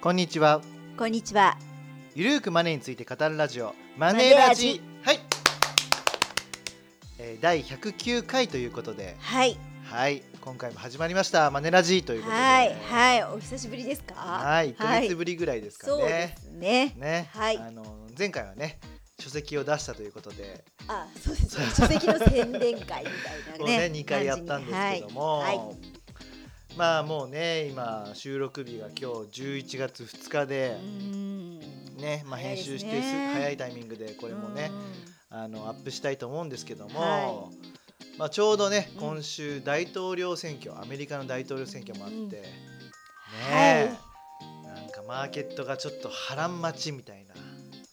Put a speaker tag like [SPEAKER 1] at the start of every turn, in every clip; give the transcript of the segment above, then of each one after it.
[SPEAKER 1] こんにちは
[SPEAKER 2] こんにちは。
[SPEAKER 1] ゆるーくマネーについて語るラジオマネーラジはい、えー、第109回ということで
[SPEAKER 2] はい。
[SPEAKER 1] はい今回も始まりましたマネラジということで
[SPEAKER 2] はい。はい。お久しぶりですか。は
[SPEAKER 1] はい一ヶ月ぶりぐらいですかね、
[SPEAKER 2] そうですね。
[SPEAKER 1] ね、
[SPEAKER 2] はい
[SPEAKER 1] あの前回はね書籍を出したということで、
[SPEAKER 2] あ、そうですね。書籍の宣伝会みたい
[SPEAKER 1] も
[SPEAKER 2] な
[SPEAKER 1] う
[SPEAKER 2] ね。
[SPEAKER 1] ね2回やったんですけども、
[SPEAKER 2] はいは
[SPEAKER 1] まあもうね今収録日が今日11月2日
[SPEAKER 2] い。
[SPEAKER 1] で
[SPEAKER 2] う、ん。
[SPEAKER 1] ねまあ、
[SPEAKER 2] 早い
[SPEAKER 1] 編
[SPEAKER 2] です
[SPEAKER 1] 集し
[SPEAKER 2] ね
[SPEAKER 1] てすぐ早いタイミングでこれもねあのアップしたいと思うんですけども、
[SPEAKER 2] は
[SPEAKER 1] まあ、ちょうどね
[SPEAKER 2] うん
[SPEAKER 1] 今週大統領選挙アメリカの大統領選挙もあって、
[SPEAKER 2] うん
[SPEAKER 1] ねえ、なんかマーケットがちょっと波乱待ちみたいな。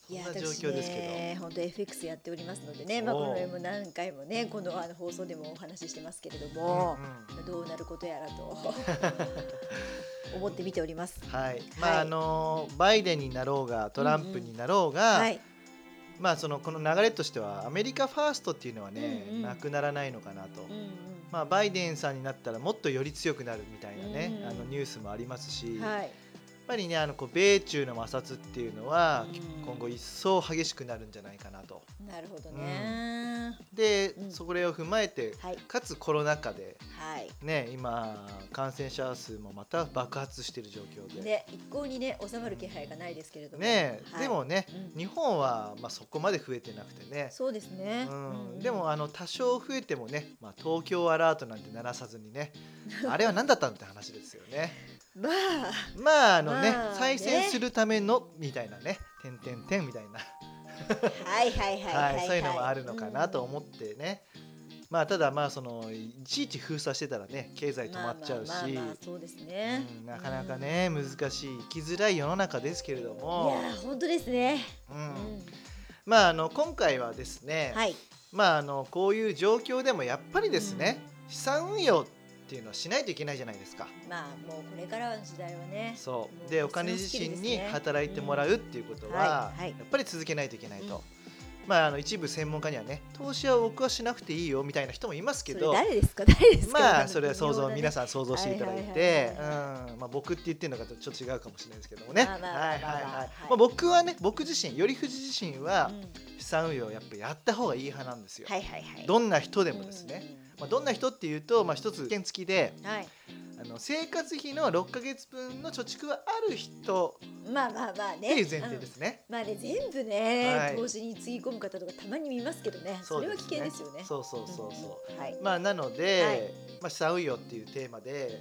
[SPEAKER 2] いや
[SPEAKER 1] そんな状
[SPEAKER 2] 私
[SPEAKER 1] 況ですけど
[SPEAKER 2] ね、本当 FX やっておりますのでね、まあ
[SPEAKER 1] お
[SPEAKER 2] こ
[SPEAKER 1] う
[SPEAKER 2] の辺も何回もね、このあの放送でもお話ししてますけれども
[SPEAKER 1] うん、うん
[SPEAKER 2] まあどうなることやらと 思って見ております。
[SPEAKER 1] はい、まあ、
[SPEAKER 2] はい
[SPEAKER 1] あのバイデンになろうがトランプになろうが、
[SPEAKER 2] はい。
[SPEAKER 1] まあそのこの流れとしてはアメリカファーストっていうのはね、
[SPEAKER 2] うんうん
[SPEAKER 1] なくならないのかなと、
[SPEAKER 2] うん
[SPEAKER 1] まあバイデンさんになったらもっとより強くなるみたいなね、
[SPEAKER 2] うん
[SPEAKER 1] あのニュースもありますし、
[SPEAKER 2] うん。
[SPEAKER 1] やっ
[SPEAKER 2] はい。
[SPEAKER 1] ぱりねあのこう米中の摩擦っていうのは、
[SPEAKER 2] うん
[SPEAKER 1] 今後一層激しくなるんじゃないかなと。
[SPEAKER 2] なるほどね。
[SPEAKER 1] で、
[SPEAKER 2] うん
[SPEAKER 1] それを踏まえて
[SPEAKER 2] はい。
[SPEAKER 1] かつコロナ禍で
[SPEAKER 2] はい。
[SPEAKER 1] ね今感染者数もまた爆発している状況で。
[SPEAKER 2] ね、一向にね、収まる気配がないですけれども。
[SPEAKER 1] ね
[SPEAKER 2] はい
[SPEAKER 1] でもね、
[SPEAKER 2] うん
[SPEAKER 1] 日本はまあそこまで増えてなくてね、
[SPEAKER 2] そうですね。
[SPEAKER 1] うん
[SPEAKER 2] うん
[SPEAKER 1] でも、あの多少増えてもね、まあ、東京アラートなんて鳴らさずに ねあれは何だったんって話ですよね。
[SPEAKER 2] まあ、
[SPEAKER 1] まああのね,、
[SPEAKER 2] まあね
[SPEAKER 1] 再選するためのみたいなね「点点点」みたいな、
[SPEAKER 2] はいはいはいは
[SPEAKER 1] はいい
[SPEAKER 2] は
[SPEAKER 1] そういうのもあるのかなと思
[SPEAKER 2] っ
[SPEAKER 1] ってね、まあただまあそのいちいち封鎖してたらね経済止まっちゃうし。
[SPEAKER 2] まあまあまあそうですね
[SPEAKER 1] う。んなかなかね難しい生きづらい世の中ですけれど
[SPEAKER 2] うん。い
[SPEAKER 1] も、
[SPEAKER 2] やー、本当ですね。
[SPEAKER 1] う
[SPEAKER 2] うんん
[SPEAKER 1] まああの今回はですね、
[SPEAKER 2] はい。
[SPEAKER 1] まああのこういう状況でもやっぱりですね、資産運用っていうのはしないといけないじゃないですか。
[SPEAKER 2] まあ、もうこれからの時代はね。
[SPEAKER 1] そう
[SPEAKER 2] も
[SPEAKER 1] で
[SPEAKER 2] う
[SPEAKER 1] お金自身
[SPEAKER 2] そのスキル
[SPEAKER 1] に
[SPEAKER 2] ですね
[SPEAKER 1] 働いてもらうっていうことは、
[SPEAKER 2] うんはいはい
[SPEAKER 1] やっぱり続けないといけないと。まあ、あの一部専門家にはね投資は僕はしなくていいよみたいな人もいますけ
[SPEAKER 2] そ
[SPEAKER 1] ど
[SPEAKER 2] れ誰ですか。誰ですか。
[SPEAKER 1] まあそれは想像、皆
[SPEAKER 2] さ
[SPEAKER 1] さん想像していただいて
[SPEAKER 2] はいはいは
[SPEAKER 1] うんまあ僕って言ってるのかとちょっと違うかもしれないですけどもね
[SPEAKER 2] ま
[SPEAKER 1] は
[SPEAKER 2] あ
[SPEAKER 1] い
[SPEAKER 2] まあ
[SPEAKER 1] はい
[SPEAKER 2] まあまあま
[SPEAKER 1] は
[SPEAKER 2] あはいい
[SPEAKER 1] まあ僕はね僕自身より富士自身は
[SPEAKER 2] うん
[SPEAKER 1] 資産運用をやっぱやった方がいい派なんですよ。
[SPEAKER 2] はいはいはい。
[SPEAKER 1] どんな人でもですね、
[SPEAKER 2] うん。
[SPEAKER 1] まあ、どんな人っていうと、まあ、一つ条件付きで
[SPEAKER 2] はい。
[SPEAKER 1] あの生活費の6ヶ月分の貯蓄はある人っ
[SPEAKER 2] まあまあまあね。
[SPEAKER 1] ていう前提で
[SPEAKER 2] うん。
[SPEAKER 1] すね。
[SPEAKER 2] まあね、全部ね、
[SPEAKER 1] はい
[SPEAKER 2] 投資につぎ込む方とかたまに見ますけどね。それは危険ですよね。
[SPEAKER 1] そうそうそうそ
[SPEAKER 2] うん。はい。
[SPEAKER 1] う。まあなので、
[SPEAKER 2] はい
[SPEAKER 1] まあ資産運用っていうテーマで、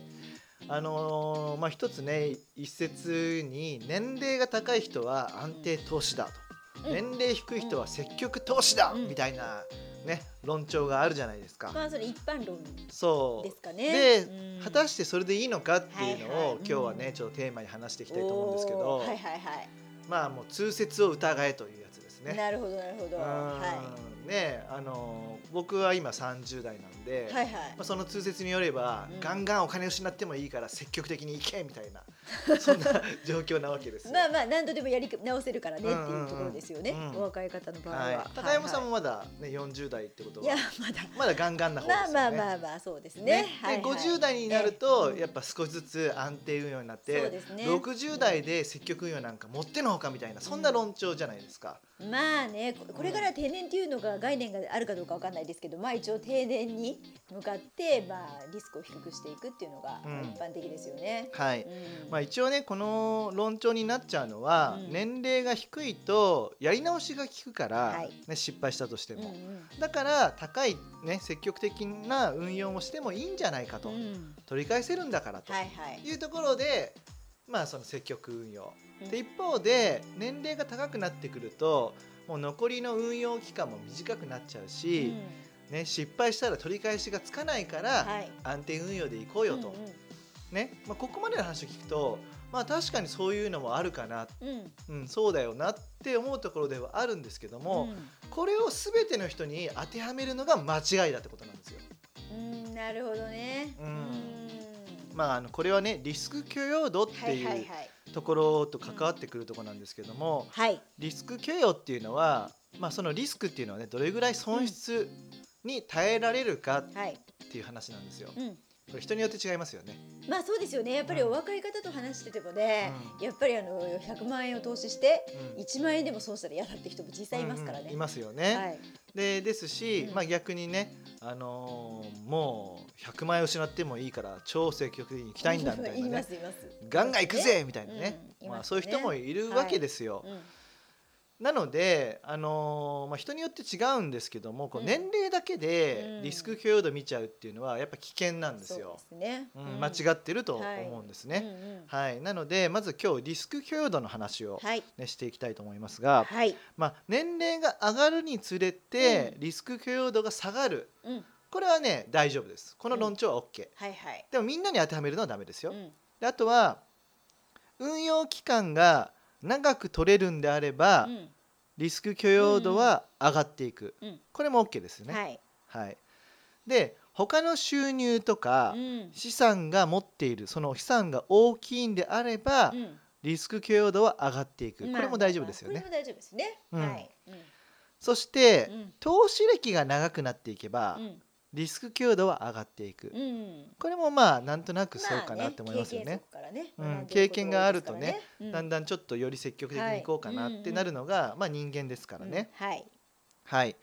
[SPEAKER 1] あのーまあ一つね一説に年齢が高い人は安定投資だと、
[SPEAKER 2] うん
[SPEAKER 1] 年齢低い人は積極投資だ、
[SPEAKER 2] うん
[SPEAKER 1] みたいなね論調があるじゃないですか。
[SPEAKER 2] まあそれ一般論で
[SPEAKER 1] そう。
[SPEAKER 2] すかね。
[SPEAKER 1] で
[SPEAKER 2] うん
[SPEAKER 1] 果たしてそれでいいのかっていうの
[SPEAKER 2] はいは
[SPEAKER 1] を
[SPEAKER 2] い
[SPEAKER 1] 今日はね
[SPEAKER 2] うん
[SPEAKER 1] ちょっとテーマに話していきたいと思うんですけど
[SPEAKER 2] おーはいはいはい。
[SPEAKER 1] まあもう通説を疑えというやつですね。
[SPEAKER 2] なるほどなるほ
[SPEAKER 1] う
[SPEAKER 2] ど。
[SPEAKER 1] ん
[SPEAKER 2] は
[SPEAKER 1] ねあの僕は今30代なんで
[SPEAKER 2] い。はいはい。
[SPEAKER 1] まあその通説によれば
[SPEAKER 2] うん
[SPEAKER 1] ガンガンお金を失ってもいいから積極的に行けみたい なそんな状況なわけですよ。
[SPEAKER 2] まあまあ何度でもやり直せるからねって
[SPEAKER 1] うんうんう
[SPEAKER 2] い
[SPEAKER 1] ん
[SPEAKER 2] うところですよね。
[SPEAKER 1] うん
[SPEAKER 2] お若い方の場合は。
[SPEAKER 1] は
[SPEAKER 2] はいいはい
[SPEAKER 1] 高山さんもまだね40代ってこと
[SPEAKER 2] いや
[SPEAKER 1] は
[SPEAKER 2] まだ。
[SPEAKER 1] まだガンガンな方ですよね。
[SPEAKER 2] まあまあまあまあそうですね
[SPEAKER 1] ね。
[SPEAKER 2] はいはい
[SPEAKER 1] で50代になると
[SPEAKER 2] ね
[SPEAKER 1] やっぱ少しずつ安定運用になって、
[SPEAKER 2] そうですね
[SPEAKER 1] 60代で積極運用なんか持ってのほかみたいなそんな論調じゃないですか。
[SPEAKER 2] まあねここれから定年っていうのが概念があるかどうかわかんないですけど、まあ一応定年に向かってまあリスクを低くしていくっていうのが
[SPEAKER 1] うん
[SPEAKER 2] まあ一般的ですよね。
[SPEAKER 1] はい
[SPEAKER 2] うん
[SPEAKER 1] まあ、一応ねこの論調になっちゃうのは、
[SPEAKER 2] うん
[SPEAKER 1] 年齢が低いとやり直しが効くから、
[SPEAKER 2] はい
[SPEAKER 1] ね、失敗したとして
[SPEAKER 2] うん
[SPEAKER 1] も、だから高い、ね、積極的な運用もしてもいいんじゃないかと、
[SPEAKER 2] うんうん
[SPEAKER 1] 取り返せるんだからと、
[SPEAKER 2] はいはい。
[SPEAKER 1] いうところで、まあ、その積極運用、
[SPEAKER 2] うん
[SPEAKER 1] で一方で年齢が高くなってくるともう残りの運用期間も短くなっちゃうし、ね、失敗したら取り返しがつかないから、
[SPEAKER 2] はい
[SPEAKER 1] 安定運用でいこうよと、ねまあ、ここまでの話を聞くと、まあ、確かにそういうのもあるかな、
[SPEAKER 2] うんうんうん
[SPEAKER 1] うん、そうだよなって思うところではあるんですけども、これを全ての人に当てはめるのが間違いだってことなんですよ。
[SPEAKER 2] うん、うんなるほどね。
[SPEAKER 1] うん
[SPEAKER 2] うん
[SPEAKER 1] まあ、あのこれはねリスク許容度っ
[SPEAKER 2] は
[SPEAKER 1] て
[SPEAKER 2] い
[SPEAKER 1] い
[SPEAKER 2] はいうはい。
[SPEAKER 1] ところと関わってくるところなんですけども、
[SPEAKER 2] はい。
[SPEAKER 1] リスク許容っていうのは、まあ、そのリスクっていうのはねどれぐらい損失に耐えられるかっ
[SPEAKER 2] はい。
[SPEAKER 1] ていう話なんですよ。
[SPEAKER 2] うん。
[SPEAKER 1] それ人によって違いますよね。
[SPEAKER 2] まあそうですよねやっぱり
[SPEAKER 1] うん
[SPEAKER 2] お若い方と話しててもね、
[SPEAKER 1] う
[SPEAKER 2] やっぱりあの100万円を投資して
[SPEAKER 1] うん
[SPEAKER 2] 1万円でも損したら嫌だって人も実際いますから
[SPEAKER 1] うん
[SPEAKER 2] ね。
[SPEAKER 1] うんいますよね。
[SPEAKER 2] はい、
[SPEAKER 1] でですし、
[SPEAKER 2] うん
[SPEAKER 1] まあ、逆にね、あのーもう100万円失ってもいいから超積極的に行きたいんだみたい
[SPEAKER 2] 言
[SPEAKER 1] ない
[SPEAKER 2] ま
[SPEAKER 1] ね
[SPEAKER 2] す言います。
[SPEAKER 1] ガンガン行くぜみたいなね、
[SPEAKER 2] うん
[SPEAKER 1] ま
[SPEAKER 2] い
[SPEAKER 1] あ、
[SPEAKER 2] ますね
[SPEAKER 1] そういう人もいるわけですよ。
[SPEAKER 2] うん、
[SPEAKER 1] なので、あのーまあ、人によって違うんですけどもこう
[SPEAKER 2] うん
[SPEAKER 1] 年齢だけ
[SPEAKER 2] う
[SPEAKER 1] で
[SPEAKER 2] ん
[SPEAKER 1] リスク許容度見ちゃうっていうのはやっぱ危険なんです
[SPEAKER 2] そう
[SPEAKER 1] よ
[SPEAKER 2] で。すね。
[SPEAKER 1] うん、間違っ
[SPEAKER 2] っ
[SPEAKER 1] てると思うんですね。
[SPEAKER 2] うんうん
[SPEAKER 1] はい、なのでまず今日リスク許容度の話を、ね
[SPEAKER 2] はい
[SPEAKER 1] していきたいと思いますが、
[SPEAKER 2] はい、
[SPEAKER 1] まあ、年齢が上がるにつれて
[SPEAKER 2] う
[SPEAKER 1] リスク許容度が下がる
[SPEAKER 2] うん、
[SPEAKER 1] これはね大丈夫ですこの論調は OK、
[SPEAKER 2] はいはい。
[SPEAKER 1] でもみんなに当てはめるのはダメですよ、
[SPEAKER 2] うん
[SPEAKER 1] であとは運用期間が長く取れるんであれば、
[SPEAKER 2] うん
[SPEAKER 1] リスク許容度は上がっていく、
[SPEAKER 2] うん
[SPEAKER 1] これも OK ですよね
[SPEAKER 2] はい、
[SPEAKER 1] はい、で他の収入とか、
[SPEAKER 2] うん
[SPEAKER 1] 資産が持っているその資産が大きいんであれば、
[SPEAKER 2] うん
[SPEAKER 1] リスク許容度は上がっていく、
[SPEAKER 2] まあ
[SPEAKER 1] これも大丈夫ですよね、
[SPEAKER 2] これも大丈夫ですね。
[SPEAKER 1] うん
[SPEAKER 2] はい。うん
[SPEAKER 1] そして、
[SPEAKER 2] うん
[SPEAKER 1] 投資歴が長くなっていけば、
[SPEAKER 2] うん
[SPEAKER 1] リスク許容度は上がっていく、
[SPEAKER 2] うん。
[SPEAKER 1] これもまあなんとなくそうかなって思いますよね,、
[SPEAKER 2] まあね。経験
[SPEAKER 1] うん経験
[SPEAKER 2] 則からね。学んでいくこ
[SPEAKER 1] がある
[SPEAKER 2] と
[SPEAKER 1] と
[SPEAKER 2] 多い
[SPEAKER 1] ね
[SPEAKER 2] ですからね。
[SPEAKER 1] だんだんちょっとより積極的にいこうかな
[SPEAKER 2] はい
[SPEAKER 1] ってなるのが、まあ、人間ですから
[SPEAKER 2] うん
[SPEAKER 1] ね。。
[SPEAKER 2] はい。
[SPEAKER 1] はい、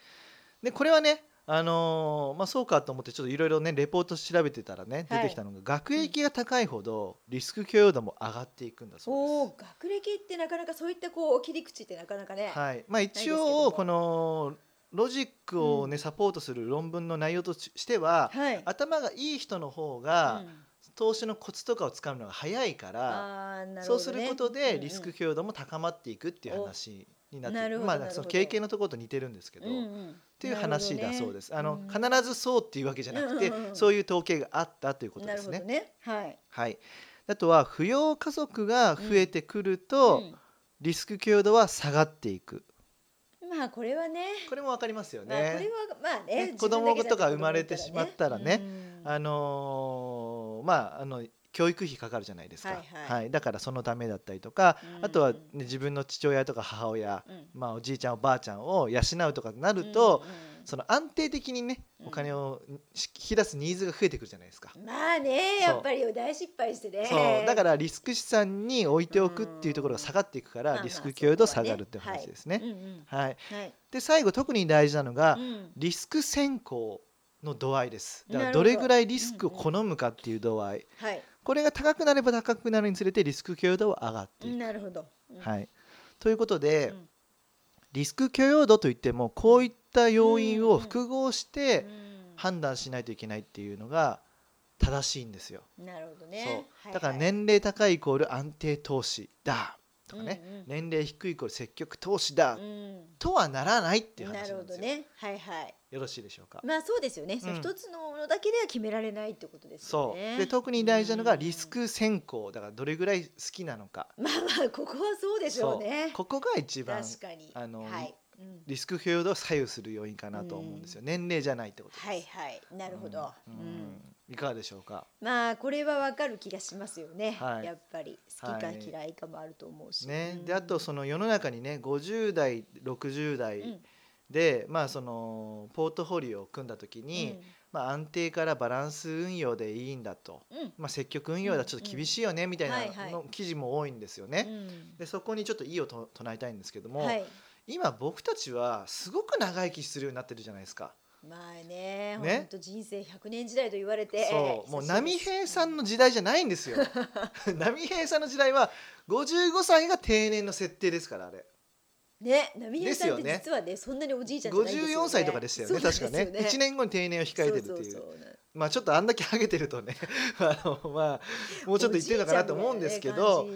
[SPEAKER 1] でこれはね、あのーまあ、そうかと思ってちょっといろいろねレポート調べてたらね
[SPEAKER 2] は
[SPEAKER 1] 出て
[SPEAKER 2] い
[SPEAKER 1] きたのが、学歴が高いほどリスク許容度も上がっていくんだ
[SPEAKER 2] お
[SPEAKER 1] そう
[SPEAKER 2] お
[SPEAKER 1] で
[SPEAKER 2] ー、学歴ってなかなかそういったこう切り口ってなかなかね。
[SPEAKER 1] す。はいまあ、
[SPEAKER 2] です
[SPEAKER 1] 一
[SPEAKER 2] けども
[SPEAKER 1] 応このロジックを、ね
[SPEAKER 2] う
[SPEAKER 1] サポートする論文の内容とししては、
[SPEAKER 2] はい。
[SPEAKER 1] 頭がいい人の方が、
[SPEAKER 2] うん
[SPEAKER 1] 投資のコツとかをつかむのが早いから、
[SPEAKER 2] あーなるほどね
[SPEAKER 1] そうすること
[SPEAKER 2] うん
[SPEAKER 1] で
[SPEAKER 2] うん
[SPEAKER 1] リスク許容度も高まっていくっていう話になって
[SPEAKER 2] な
[SPEAKER 1] く
[SPEAKER 2] る
[SPEAKER 1] る
[SPEAKER 2] ほど
[SPEAKER 1] ま
[SPEAKER 2] な
[SPEAKER 1] あ
[SPEAKER 2] るほ
[SPEAKER 1] そ
[SPEAKER 2] ど
[SPEAKER 1] の経験のところと似てるんですけど、
[SPEAKER 2] うん
[SPEAKER 1] っ
[SPEAKER 2] うん
[SPEAKER 1] ていう話だそうです。
[SPEAKER 2] な
[SPEAKER 1] あ
[SPEAKER 2] るほ
[SPEAKER 1] の
[SPEAKER 2] どね
[SPEAKER 1] 必ずそうっていうわけじゃなくて、
[SPEAKER 2] うんうんうん
[SPEAKER 1] そういう統計があったというこ
[SPEAKER 2] うん
[SPEAKER 1] と
[SPEAKER 2] な
[SPEAKER 1] で
[SPEAKER 2] る
[SPEAKER 1] す
[SPEAKER 2] ほ
[SPEAKER 1] ね。
[SPEAKER 2] どね。はい。
[SPEAKER 1] はい。あとは扶養家族が増えてくると、リスク許容度は下がっていく。
[SPEAKER 2] うんまあこれはね。
[SPEAKER 1] これもわかりますよ
[SPEAKER 2] まあこれ
[SPEAKER 1] ね。
[SPEAKER 2] はまあね
[SPEAKER 1] ね。
[SPEAKER 2] 自分だけ
[SPEAKER 1] 子
[SPEAKER 2] だ
[SPEAKER 1] 供とか生まれてしまったらね
[SPEAKER 2] うん
[SPEAKER 1] あのーまああの教育費かかるじゃないですか。
[SPEAKER 2] はいはい
[SPEAKER 1] だからそのためだったりとか、あとは、
[SPEAKER 2] う
[SPEAKER 1] ね
[SPEAKER 2] ん、
[SPEAKER 1] 自分の父親とか母親、
[SPEAKER 2] うん
[SPEAKER 1] まあ、おじいちゃんおばあちゃんを養うとかなると、
[SPEAKER 2] うん
[SPEAKER 1] その安定的にね
[SPEAKER 2] うん
[SPEAKER 1] お金をし引き出すニーズが増えてくるじゃないですか。
[SPEAKER 2] まあね
[SPEAKER 1] そう
[SPEAKER 2] やっぱり大失敗してね
[SPEAKER 1] そうだかららリスク資産に置いておくっていうところが下がっていくか
[SPEAKER 2] うんまあ
[SPEAKER 1] ら
[SPEAKER 2] まあ
[SPEAKER 1] リスク許容度下がるっていう話です
[SPEAKER 2] うん
[SPEAKER 1] ね。
[SPEAKER 2] うん
[SPEAKER 1] はい、
[SPEAKER 2] はい
[SPEAKER 1] で最後特に大事なのが
[SPEAKER 2] うん
[SPEAKER 1] リスク先行の度合いです。だか
[SPEAKER 2] な
[SPEAKER 1] ら
[SPEAKER 2] る
[SPEAKER 1] ど
[SPEAKER 2] ほど
[SPEAKER 1] れぐらいリスクを好むかっていう度合い
[SPEAKER 2] はい
[SPEAKER 1] これが高くなれば高くなるにつれてリスク許容度は上がっていく。
[SPEAKER 2] なるほどうん
[SPEAKER 1] はい、ということで、
[SPEAKER 2] うん
[SPEAKER 1] リスク許容度といってもこういった要因
[SPEAKER 2] うんう
[SPEAKER 1] を
[SPEAKER 2] ん
[SPEAKER 1] 複合し
[SPEAKER 2] う
[SPEAKER 1] て
[SPEAKER 2] ん
[SPEAKER 1] 判断しないといけないっていうのが正しいんですよ。
[SPEAKER 2] なるほど
[SPEAKER 1] そう
[SPEAKER 2] ねはい
[SPEAKER 1] だから
[SPEAKER 2] はい
[SPEAKER 1] 年齢高いイコール安定投資だとかね、
[SPEAKER 2] うんうん
[SPEAKER 1] 年齢低いイコール積極投資だ、
[SPEAKER 2] うん
[SPEAKER 1] とはならないっていう
[SPEAKER 2] な
[SPEAKER 1] 話
[SPEAKER 2] る
[SPEAKER 1] な
[SPEAKER 2] ほ
[SPEAKER 1] んです
[SPEAKER 2] ど
[SPEAKER 1] よ。
[SPEAKER 2] ねはいはい
[SPEAKER 1] よろしいでしょうか。
[SPEAKER 2] まあそうですよねそう
[SPEAKER 1] うん
[SPEAKER 2] 一つのものだけでは決められないってことですよ
[SPEAKER 1] そ
[SPEAKER 2] ね
[SPEAKER 1] うで特に大事なのが
[SPEAKER 2] うん
[SPEAKER 1] リスク先行だからどれぐらい好きなのか
[SPEAKER 2] まあまあここはそうでしょうね
[SPEAKER 1] ここが一番
[SPEAKER 2] 確かに
[SPEAKER 1] あの
[SPEAKER 2] はいうん
[SPEAKER 1] リスク許容度を左右する要因かなと思うんですよ、年齢じゃないってことです。
[SPEAKER 2] はいはいなるほど
[SPEAKER 1] う
[SPEAKER 2] うんん
[SPEAKER 1] いかがでしょうか。
[SPEAKER 2] まあこれはわかる気がしますよね、
[SPEAKER 1] はい
[SPEAKER 2] やっぱり好きか
[SPEAKER 1] はい
[SPEAKER 2] 嫌いかもあると思うし、
[SPEAKER 1] ね
[SPEAKER 2] うん、
[SPEAKER 1] であとその世の中にね50代60
[SPEAKER 2] うん
[SPEAKER 1] 代で、まあそのポートフォリオを組んだ時に、まあ、安定からバランス運用でいいんだと、
[SPEAKER 2] うんうん
[SPEAKER 1] まあ、積極運用だとちょっと厳しいよねみたい
[SPEAKER 2] はいは
[SPEAKER 1] ないの記事も多いんですよね。
[SPEAKER 2] うん
[SPEAKER 1] でそこにちょっと異をと唱えたいんですけども、
[SPEAKER 2] はい
[SPEAKER 1] 今僕たちはすごく長生きするようになってるじゃないですか。
[SPEAKER 2] まあね
[SPEAKER 1] ね
[SPEAKER 2] 本当人生100年時代と言われて
[SPEAKER 1] そうもう
[SPEAKER 2] 久しぶ
[SPEAKER 1] 波
[SPEAKER 2] りです
[SPEAKER 1] 平さんの時代じゃないんです よ波平さんの時代は55歳が定年の設定ですからあれ
[SPEAKER 2] ね波平さん
[SPEAKER 1] ですよ
[SPEAKER 2] って
[SPEAKER 1] ね
[SPEAKER 2] 実はねそんなにおじいちゃんじゃないんですよ、ね、
[SPEAKER 1] 54歳とかでしたよね確かね1年後に定年を控えてるっていうまあちょっとあんだけハゲてるとね あのまあも
[SPEAKER 2] も
[SPEAKER 1] うちょっと言ってるのかなと思うんですけど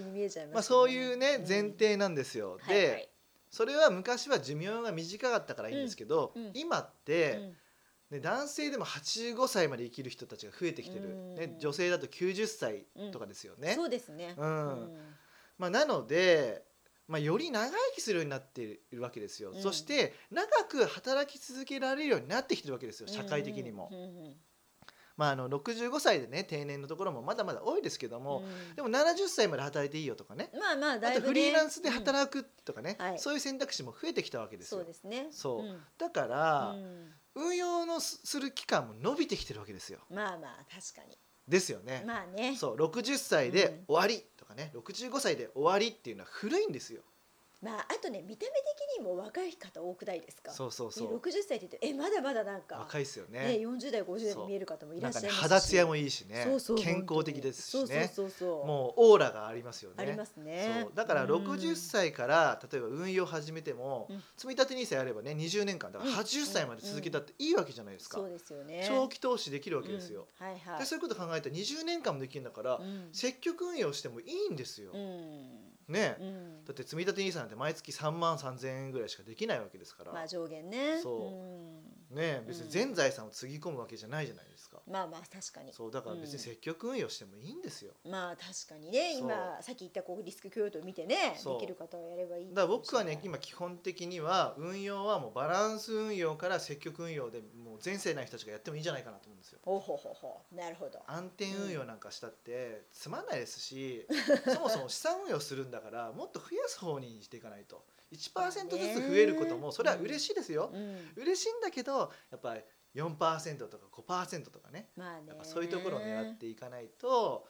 [SPEAKER 1] まあ、そういうね前提なんですよ、で、それは昔は寿命が短かったからいいんですけど、
[SPEAKER 2] うんうん
[SPEAKER 1] 今っ
[SPEAKER 2] で
[SPEAKER 1] て、ね、男性でも85歳まで生きる人たちが増えてきてる、
[SPEAKER 2] う
[SPEAKER 1] ね
[SPEAKER 2] ん、
[SPEAKER 1] 女性だと90歳とかですよね。
[SPEAKER 2] そうですね、
[SPEAKER 1] うんまあ、なので、まあ、より長生きするようになっているわけですよ、
[SPEAKER 2] うん
[SPEAKER 1] そして長く働き続けられるようになってきてるわけですよ社会的にも、
[SPEAKER 2] うんうんうん
[SPEAKER 1] まあ、あの65歳でね定年のところもまだまだ多いですけども、
[SPEAKER 2] うん
[SPEAKER 1] でも70歳まで働いていいよとかね
[SPEAKER 2] まあまあ
[SPEAKER 1] あ
[SPEAKER 2] だい
[SPEAKER 1] と
[SPEAKER 2] ぶ、ね、
[SPEAKER 1] フリーランスで
[SPEAKER 2] く、
[SPEAKER 1] 働くとかね、
[SPEAKER 2] うんはい
[SPEAKER 1] そういう選択肢も増えてきたわけです
[SPEAKER 2] そ
[SPEAKER 1] よ
[SPEAKER 2] うですね
[SPEAKER 1] そうんだから、
[SPEAKER 2] うん
[SPEAKER 1] 運用のすする期間も伸びてきてるわけですよ
[SPEAKER 2] まあまあ確かに
[SPEAKER 1] ですよね。
[SPEAKER 2] まあね。
[SPEAKER 1] そう60歳で終わりとかね、65歳で終わりっていうのは古いんですよ。
[SPEAKER 2] まああとね見た目的にも若い方多くないですか。
[SPEAKER 1] そうそう
[SPEAKER 2] ね
[SPEAKER 1] そう。
[SPEAKER 2] 60歳って言ってえまだまだなんか
[SPEAKER 1] 若いですよ
[SPEAKER 2] ね
[SPEAKER 1] ね。
[SPEAKER 2] 40代50代
[SPEAKER 1] そ
[SPEAKER 2] に
[SPEAKER 1] う
[SPEAKER 2] 見える方もい
[SPEAKER 1] な
[SPEAKER 2] らっ
[SPEAKER 1] ん
[SPEAKER 2] しゃ
[SPEAKER 1] か
[SPEAKER 2] い
[SPEAKER 1] ね
[SPEAKER 2] ますし。
[SPEAKER 1] 肌ツヤもいいしね
[SPEAKER 2] そうそう
[SPEAKER 1] 健康的ですしね
[SPEAKER 2] そうそうそうそう。
[SPEAKER 1] もうオーラがありますよね。
[SPEAKER 2] ありますね。
[SPEAKER 1] そうだから
[SPEAKER 2] うん
[SPEAKER 1] 60歳から例えば運用を始めても、
[SPEAKER 2] うん
[SPEAKER 1] 積み立て NISA やればね20年間だから
[SPEAKER 2] うん
[SPEAKER 1] 80歳まで続けたっていいわけじゃないですか、
[SPEAKER 2] そうですよね。
[SPEAKER 1] 長期投資できるわけですよ、
[SPEAKER 2] うん。はいはい。
[SPEAKER 1] でそういうこと考えたら20年間もできるんだから、
[SPEAKER 2] うん
[SPEAKER 1] 積極運用してもいいんですよ、
[SPEAKER 2] うん。
[SPEAKER 1] ね、
[SPEAKER 2] うん
[SPEAKER 1] だって積み立て NISA なんて毎月3万3000円ぐらいしかできないわけですから、
[SPEAKER 2] まあ上限ね。
[SPEAKER 1] そうんね別に全財産をつぎ込むわけじゃないじゃないですか、
[SPEAKER 2] まあまあ確かに。
[SPEAKER 1] そうだから別
[SPEAKER 2] うん
[SPEAKER 1] に積極運用してもいいんですよ、
[SPEAKER 2] まあ確かにね
[SPEAKER 1] そう
[SPEAKER 2] 今さっき言ったこうリスク許容度を見てねで
[SPEAKER 1] そう
[SPEAKER 2] きる方はやればいい
[SPEAKER 1] だから僕はね
[SPEAKER 2] 今
[SPEAKER 1] 今基本的には運用はもうバランス運用から積極運用でもう前世ない人たちがやってもいいんじゃないかなと思うんですよ。
[SPEAKER 2] ほうほうほうほうなるほど
[SPEAKER 1] 暗転運用なんかしたってつまんないですし、そもそも資産運用するんだからもっと増やす方にしていかないと1%ずつ増えることもそれは嬉しいですよ、
[SPEAKER 2] うん
[SPEAKER 1] 嬉しいんだけどやっぱり4%とか5%とかね
[SPEAKER 2] まあね
[SPEAKER 1] やっぱそういうところを狙っていかないと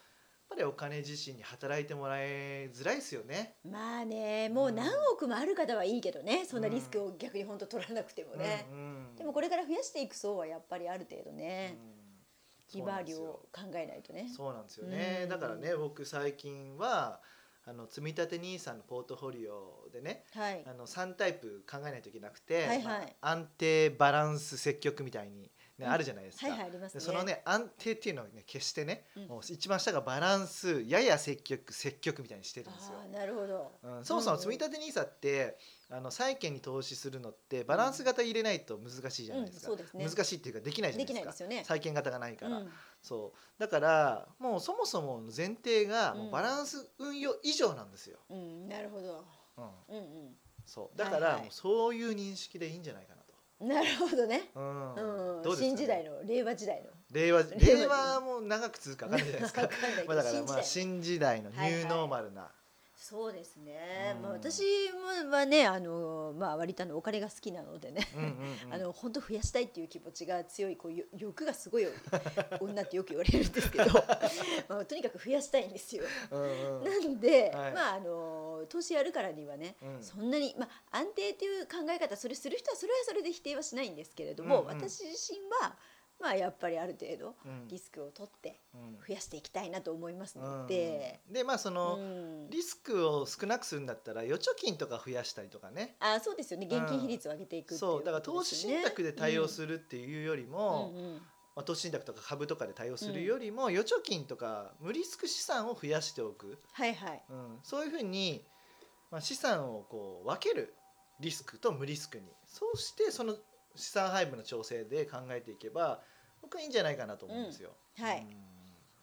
[SPEAKER 1] やっぱりお金自身に働いてもらいづらいですよね。
[SPEAKER 2] まあねもう何億もある方はいいけどねそんなリスクを逆に本当取らなくてもね、
[SPEAKER 1] うんうん
[SPEAKER 2] でもこれから増やしていく層はやっぱりある程度ね
[SPEAKER 1] うん
[SPEAKER 2] 利回りを考えないとね
[SPEAKER 1] そうなんですよね、
[SPEAKER 2] うん
[SPEAKER 1] だからね僕最近はあの積み立て NISA のポートフォリオでね
[SPEAKER 2] はい
[SPEAKER 1] あの3タイプ考えないといけなくて、
[SPEAKER 2] はいはい
[SPEAKER 1] あ安定バランス積極みたいに、ね
[SPEAKER 2] うん
[SPEAKER 1] あるじゃないですか、
[SPEAKER 2] はいはいあります
[SPEAKER 1] で
[SPEAKER 2] ね
[SPEAKER 1] そのね安定っていうのをね決してね、
[SPEAKER 2] うん
[SPEAKER 1] もう一番下がバランスやや積極積極みたいにしてるんですよ
[SPEAKER 2] あ。あなるほど、
[SPEAKER 1] うん、そもそも積み立て NISA って、あの債券に投資するのってバランス型入れないと難しいじゃないですか、
[SPEAKER 2] うんそうですね
[SPEAKER 1] 難しいっていうかできないじゃ
[SPEAKER 2] で
[SPEAKER 1] な
[SPEAKER 2] き
[SPEAKER 1] い
[SPEAKER 2] な
[SPEAKER 1] です
[SPEAKER 2] いで
[SPEAKER 1] か
[SPEAKER 2] すよね
[SPEAKER 1] 債券型がないから、
[SPEAKER 2] うん
[SPEAKER 1] そうだからもうそもそもの前提が
[SPEAKER 2] うん
[SPEAKER 1] もうバランス運用以上なんですよ、
[SPEAKER 2] うん、なるほど
[SPEAKER 1] うん
[SPEAKER 2] うんう
[SPEAKER 1] そうだか
[SPEAKER 2] はい
[SPEAKER 1] ら
[SPEAKER 2] はい
[SPEAKER 1] もうそういう認識でいいんじゃないかなと。
[SPEAKER 2] んなるほどね
[SPEAKER 1] うん
[SPEAKER 2] うん、
[SPEAKER 1] どうですかね
[SPEAKER 2] 新時代の令和時代の
[SPEAKER 1] 令 和
[SPEAKER 2] 令和
[SPEAKER 1] 令和も長く続くか分かんないじゃないです か
[SPEAKER 2] わかんないけど
[SPEAKER 1] まあだからまあ
[SPEAKER 2] 新時代
[SPEAKER 1] 新時代のニ
[SPEAKER 2] はいはい
[SPEAKER 1] ューノーマルな、
[SPEAKER 2] そうですね、
[SPEAKER 1] うん
[SPEAKER 2] まあ、私もはねあの、まあ、割とあのお金が好きなのでね、
[SPEAKER 1] うんうんうん
[SPEAKER 2] あの本当増やしたいっていう気持ちが強いこうよ欲がすごい女ってよく言われるんですけど、 まあ、とにかく増やしたいんですよ。
[SPEAKER 1] うんうん
[SPEAKER 2] なんで、
[SPEAKER 1] はい
[SPEAKER 2] まああの投資やるからにはね、
[SPEAKER 1] うん
[SPEAKER 2] そんなに、まあ、安定っていう考え方それする人はそれはそれで否定はしないんですけれども、
[SPEAKER 1] うんうん
[SPEAKER 2] 私自身は、まあ、やっぱりある程度
[SPEAKER 1] うん
[SPEAKER 2] リスクを取って
[SPEAKER 1] うん
[SPEAKER 2] 増やしていきたいなと思います
[SPEAKER 1] うん
[SPEAKER 2] ので。
[SPEAKER 1] でまあその、
[SPEAKER 2] うん
[SPEAKER 1] リスクを少なくするんだったら預貯金とか増やしたりとかね
[SPEAKER 2] あそうですよね現金比率を上げていくってい
[SPEAKER 1] そうだから投資信託で対応する
[SPEAKER 2] る
[SPEAKER 1] っていうよりも、まあ、投資信託とか株とかで対応するよりも、預貯金とか無リスク資産を増やしておく、
[SPEAKER 2] はいはい
[SPEAKER 1] うん、そういうふうに、まあ、資産をこう分けるリスクと無リスクにそうしてその資産配分の調整で考えていけば僕はいいんじゃないかなと思うんですよ。
[SPEAKER 2] うんはい
[SPEAKER 1] うん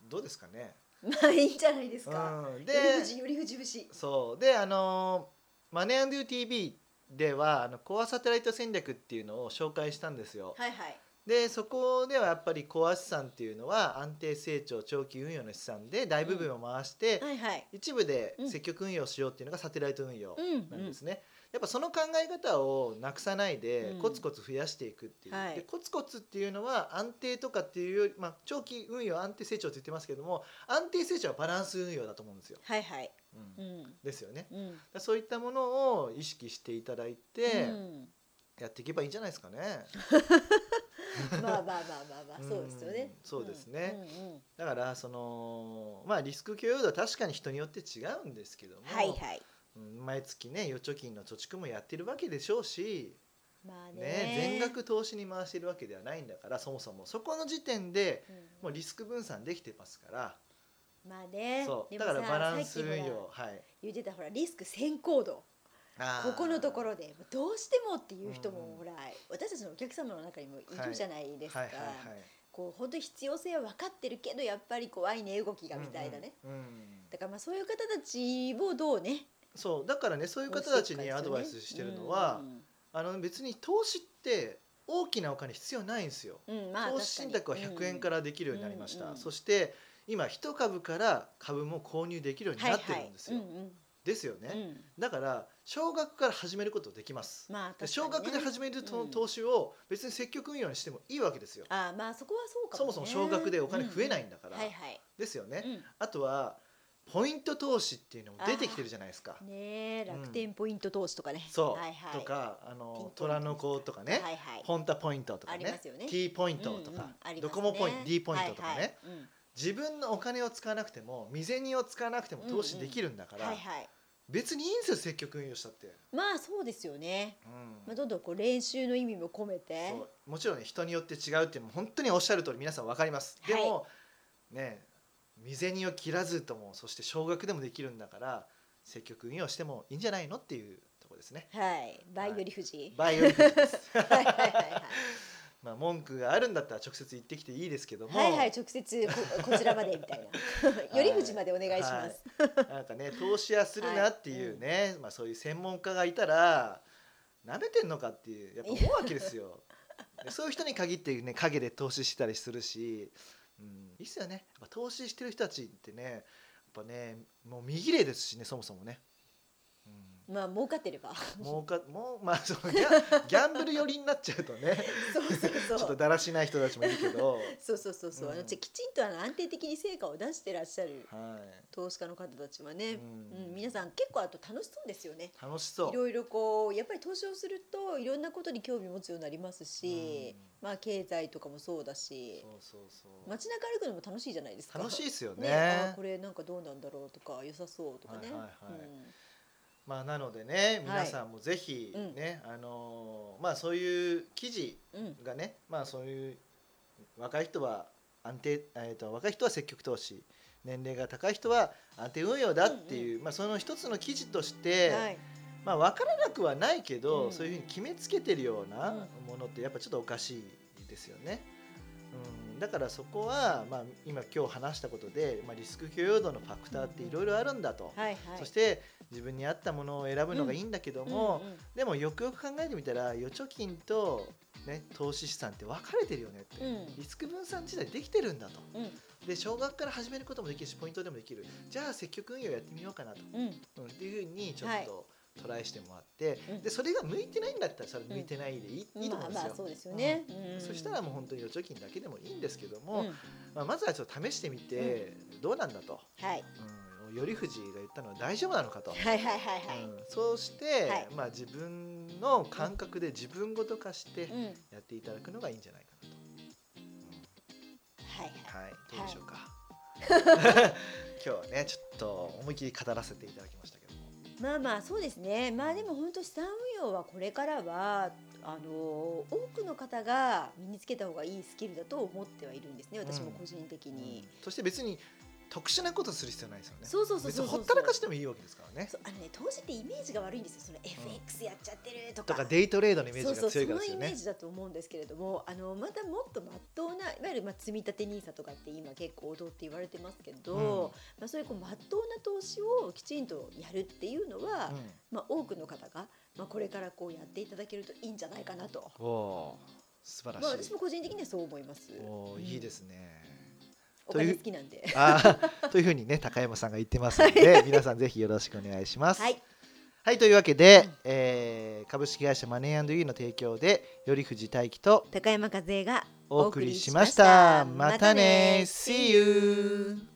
[SPEAKER 1] どうですかね、
[SPEAKER 2] まあいいんじゃないですか、
[SPEAKER 1] うん、
[SPEAKER 2] より富士より富士節
[SPEAKER 1] そうであのーマネー &TV ではあのコアサテライト戦略っていうのを紹介したんですよ、
[SPEAKER 2] はいはい
[SPEAKER 1] でそこではやっぱりコア資産っていうのは安定成長長期運用の資産で大部分を回して、
[SPEAKER 2] はいはい
[SPEAKER 1] 一部で積極運用しようっていうのがサテライト運用
[SPEAKER 2] うん
[SPEAKER 1] なんですね、やっぱその考え方をなくさないで、
[SPEAKER 2] うん
[SPEAKER 1] コツコツ増やしていくっていう、
[SPEAKER 2] はい
[SPEAKER 1] でコツコツっていうのは安定とかっていうより、まあ、長期運用安定成長って言ってますけども安定成長はバランス運用だと思うんですよ、
[SPEAKER 2] はいはい
[SPEAKER 1] うん
[SPEAKER 2] うん
[SPEAKER 1] ですよね
[SPEAKER 2] うん
[SPEAKER 1] だからそういったものを意識していただいて
[SPEAKER 2] うん
[SPEAKER 1] やっていけばいいんじゃないですかね。
[SPEAKER 2] まあまあまあまあまあ
[SPEAKER 1] うん
[SPEAKER 2] そうですよね
[SPEAKER 1] そうですね
[SPEAKER 2] うんうん
[SPEAKER 1] だからそのまあリスク許容度は確かに人によって違うんですけども、
[SPEAKER 2] はいはい
[SPEAKER 1] うん毎月ね預貯金の貯蓄もやってるわけでしょうし、
[SPEAKER 2] まあね
[SPEAKER 1] ね、全額投資に回してるわけではないんだからそもそもそこの時点で
[SPEAKER 2] うん
[SPEAKER 1] もうリスク分散できてますから、
[SPEAKER 2] まあね
[SPEAKER 1] そう
[SPEAKER 2] でも
[SPEAKER 1] だ
[SPEAKER 2] さ
[SPEAKER 1] からバランス運
[SPEAKER 2] さっきほ
[SPEAKER 1] 用
[SPEAKER 2] ら
[SPEAKER 1] はい
[SPEAKER 2] 言ってたほらリスク先行度
[SPEAKER 1] あー
[SPEAKER 2] ここのところでどうしてもっていう人も
[SPEAKER 1] うん
[SPEAKER 2] ほら私たちのお客様の中にもいるじゃないですか、
[SPEAKER 1] はいはいはい
[SPEAKER 2] こう本当に必要性は分かってるけどやっぱり怖い値動きがみたいなね、
[SPEAKER 1] うんうんうん
[SPEAKER 2] だからまあそういう方たちをどうね
[SPEAKER 1] そうだからねそういう方たちにアドバイスしてるのは、あの別に投資って大きなお金必要ないんですよ。
[SPEAKER 2] うんうんまあ、
[SPEAKER 1] 投資信託は100円かららできるようになりました、
[SPEAKER 2] うんうん
[SPEAKER 1] そして今一株から株も購入できるようになってるんですよ、
[SPEAKER 2] はいはいうんうん
[SPEAKER 1] ですよ
[SPEAKER 2] う
[SPEAKER 1] ね、
[SPEAKER 2] ん、
[SPEAKER 1] だから少額から始めることできます
[SPEAKER 2] まあ確かにね
[SPEAKER 1] 少額で始めると、
[SPEAKER 2] うん
[SPEAKER 1] 投資を別に積極運用にしてもいいわけですよ、
[SPEAKER 2] あーまあそこはそうか
[SPEAKER 1] そもそも少額でお金増えない
[SPEAKER 2] だ
[SPEAKER 1] んだから、
[SPEAKER 2] はいはい、
[SPEAKER 1] ですよね、
[SPEAKER 2] うん
[SPEAKER 1] あとはポイント投資っていうのも出てきてるじゃないですか
[SPEAKER 2] ねえ
[SPEAKER 1] うん
[SPEAKER 2] 楽天ポイント投資とかね、
[SPEAKER 1] そう、
[SPEAKER 2] はいはい、
[SPEAKER 1] とかあ
[SPEAKER 2] ピンポイン
[SPEAKER 1] の
[SPEAKER 2] ト
[SPEAKER 1] 虎の子とかね、
[SPEAKER 2] はいはい、
[SPEAKER 1] ポンタポイントとか
[SPEAKER 2] ありま
[SPEAKER 1] ね
[SPEAKER 2] すよね
[SPEAKER 1] T ポイントとか、
[SPEAKER 2] うんうんありますね
[SPEAKER 1] ドコモポイント D ポイントとかね、
[SPEAKER 2] はいはいうん
[SPEAKER 1] 自分のお金を使わなくても未銭を使わなくても投資できるんだから、
[SPEAKER 2] はいはい
[SPEAKER 1] 別にいいんですよ積極運用したって、
[SPEAKER 2] まあそうですよね、
[SPEAKER 1] うん
[SPEAKER 2] まあ、どんどんこう練習の意味も込めて
[SPEAKER 1] そうもちろん、ね、人によって違うっていうのも本当におっしゃる通り皆さん分かりますでも、ね未銭を切らずともそして少額でもできるんだから積極運用してもいいんじゃないのっていうところですね。
[SPEAKER 2] はい倍より富士、
[SPEAKER 1] バイオリンで す
[SPEAKER 2] はい、はいはいはい
[SPEAKER 1] まあ文句があるんだったら直接言ってきていいですけども、
[SPEAKER 2] はいはい直接ここちらまでみたいなより富士までお願いします、
[SPEAKER 1] なんかね投資はするなっていうね、まあそういう専門家がいたらなめてんのかっていうやっぱ思うわけです よ。でそういう人に限ってね陰で投資したりするし、うん、いいっすよね。やっぱ投資してる人たちってね、やっぱねもう見切れですしねそもそもね。うん
[SPEAKER 2] まあ儲かってれば
[SPEAKER 1] 儲かもうまあそのギャギャンブル寄りになっちゃうとね
[SPEAKER 2] そう そう
[SPEAKER 1] ちょっ
[SPEAKER 2] そ
[SPEAKER 1] と
[SPEAKER 2] う
[SPEAKER 1] だらしない人たちもいるけど、
[SPEAKER 2] そうそうそうそう、あの
[SPEAKER 1] うん
[SPEAKER 2] ちきちんとあの安定的に成果を出してらっしゃる
[SPEAKER 1] は、
[SPEAKER 2] 投資家の方たちはいね、うん皆さん結構あと楽しそうですよね
[SPEAKER 1] 楽しそう
[SPEAKER 2] いろいろこうやっぱり投資をするといろんなことに興味持つようになりますし、まあ経済とかもそうだし
[SPEAKER 1] そうそうそう
[SPEAKER 2] 街中歩くのも楽しいじゃないですか
[SPEAKER 1] 楽しいですよね
[SPEAKER 2] ねあこれなんかどうなんだろうとか良さそうとかね、
[SPEAKER 1] はいはいはい
[SPEAKER 2] うん
[SPEAKER 1] まあなのでね
[SPEAKER 2] はい
[SPEAKER 1] 皆さんもぜひね、あのーまあそういう記事
[SPEAKER 2] うん
[SPEAKER 1] がねまあそういう若い人は安定えっ、と若い人は積極投資年齢が高い人は安定運用だっていう、まあその一つの記事として、
[SPEAKER 2] はい、
[SPEAKER 1] まあ分からなくはないけど、
[SPEAKER 2] うん
[SPEAKER 1] そういうふうに決めつけてるような
[SPEAKER 2] うん
[SPEAKER 1] ものってやっぱちょっとおかしいですよね。うん、だからそこは、まあ、今今日話したことで、まあ、リスク許容度のファクターっていろいろあるんだと、
[SPEAKER 2] はいはい
[SPEAKER 1] そして自分に合ったものを選ぶのがいいんだけども、
[SPEAKER 2] うんうん
[SPEAKER 1] でもよくよく考えてみたら預貯金と、ね、投資資産って分かれてるよねって、
[SPEAKER 2] うん
[SPEAKER 1] リスク分散自体できてるんだと
[SPEAKER 2] うん
[SPEAKER 1] で少額から始めることもできるしポイントでもできるじゃあ積極運用やってみようかなと、
[SPEAKER 2] うん
[SPEAKER 1] うん、っていうふうにちょっ
[SPEAKER 2] はい
[SPEAKER 1] とトライしてもらって、
[SPEAKER 2] うん
[SPEAKER 1] でそれが向いてないんだったらそれは向いてないでいい,、いいと思う
[SPEAKER 2] まあ
[SPEAKER 1] んです
[SPEAKER 2] ま
[SPEAKER 1] よ。
[SPEAKER 2] あそうですよね、うん
[SPEAKER 1] そしたらもう本当に預貯金だけでもいいんですけども、
[SPEAKER 2] うん
[SPEAKER 1] まあ、まずはちょっと試してみてどうなんだと、
[SPEAKER 2] はい
[SPEAKER 1] うん、頼藤が言ったのは大丈夫なのか と、
[SPEAKER 2] はいはいはいはい、
[SPEAKER 1] うん、そうして、
[SPEAKER 2] はい
[SPEAKER 1] まあ、自分の感覚で自分ごと化して
[SPEAKER 2] うんはい
[SPEAKER 1] やっていただくのがいいんじゃないかなと。
[SPEAKER 2] はい
[SPEAKER 1] はい、どうでしょうか。 今日はねちょっと思いっきり語らせていただきましたけども、
[SPEAKER 2] まあまあそうですねまあでも本当資産運用はこれからはあの多くの方が身につけた方がいいスキルだと思ってはいるんですね私も個人的に、
[SPEAKER 1] うんそして別に特殊なことする必要ないですよね。
[SPEAKER 2] そうそうそう
[SPEAKER 1] 別
[SPEAKER 2] そう
[SPEAKER 1] に
[SPEAKER 2] そ
[SPEAKER 1] ほ
[SPEAKER 2] う
[SPEAKER 1] ったらかしてもいいわけですからね。
[SPEAKER 2] そうあのね投資ってイメージが悪いんですよその FX やっちゃってると
[SPEAKER 1] と
[SPEAKER 2] か、
[SPEAKER 1] かデイトレードのイメー
[SPEAKER 2] そう
[SPEAKER 1] ジ
[SPEAKER 2] そ
[SPEAKER 1] が
[SPEAKER 2] うそ
[SPEAKER 1] 強いから
[SPEAKER 2] の
[SPEAKER 1] です
[SPEAKER 2] イ
[SPEAKER 1] よ
[SPEAKER 2] メー
[SPEAKER 1] ね。
[SPEAKER 2] ジだと思うんですけれどもあのまたもっとまっとうないわゆる、まあ、積立 NISA とかって今結構王道って言われてますけど、まあ、そういうこうまっとうな投資をきちんとやるっていうのは、
[SPEAKER 1] うん
[SPEAKER 2] まあ、多くの方が、まあ、これからこうやっていただけるといいんじゃないかなと、
[SPEAKER 1] おおー、素晴らし
[SPEAKER 2] まあ、
[SPEAKER 1] い
[SPEAKER 2] 私。も個人的にはそう思います。
[SPEAKER 1] おお、いいですね。
[SPEAKER 2] お金好きなんで。
[SPEAKER 1] ああ、 というふうにね高山さんが言ってますので、皆さんぜひよろしくお願いします。
[SPEAKER 2] はい、
[SPEAKER 1] はい、というわけで、えー株式会社マネーユーの提供で、頼藤大樹と
[SPEAKER 2] 高山和恵が
[SPEAKER 1] お送りしました。またね !See you!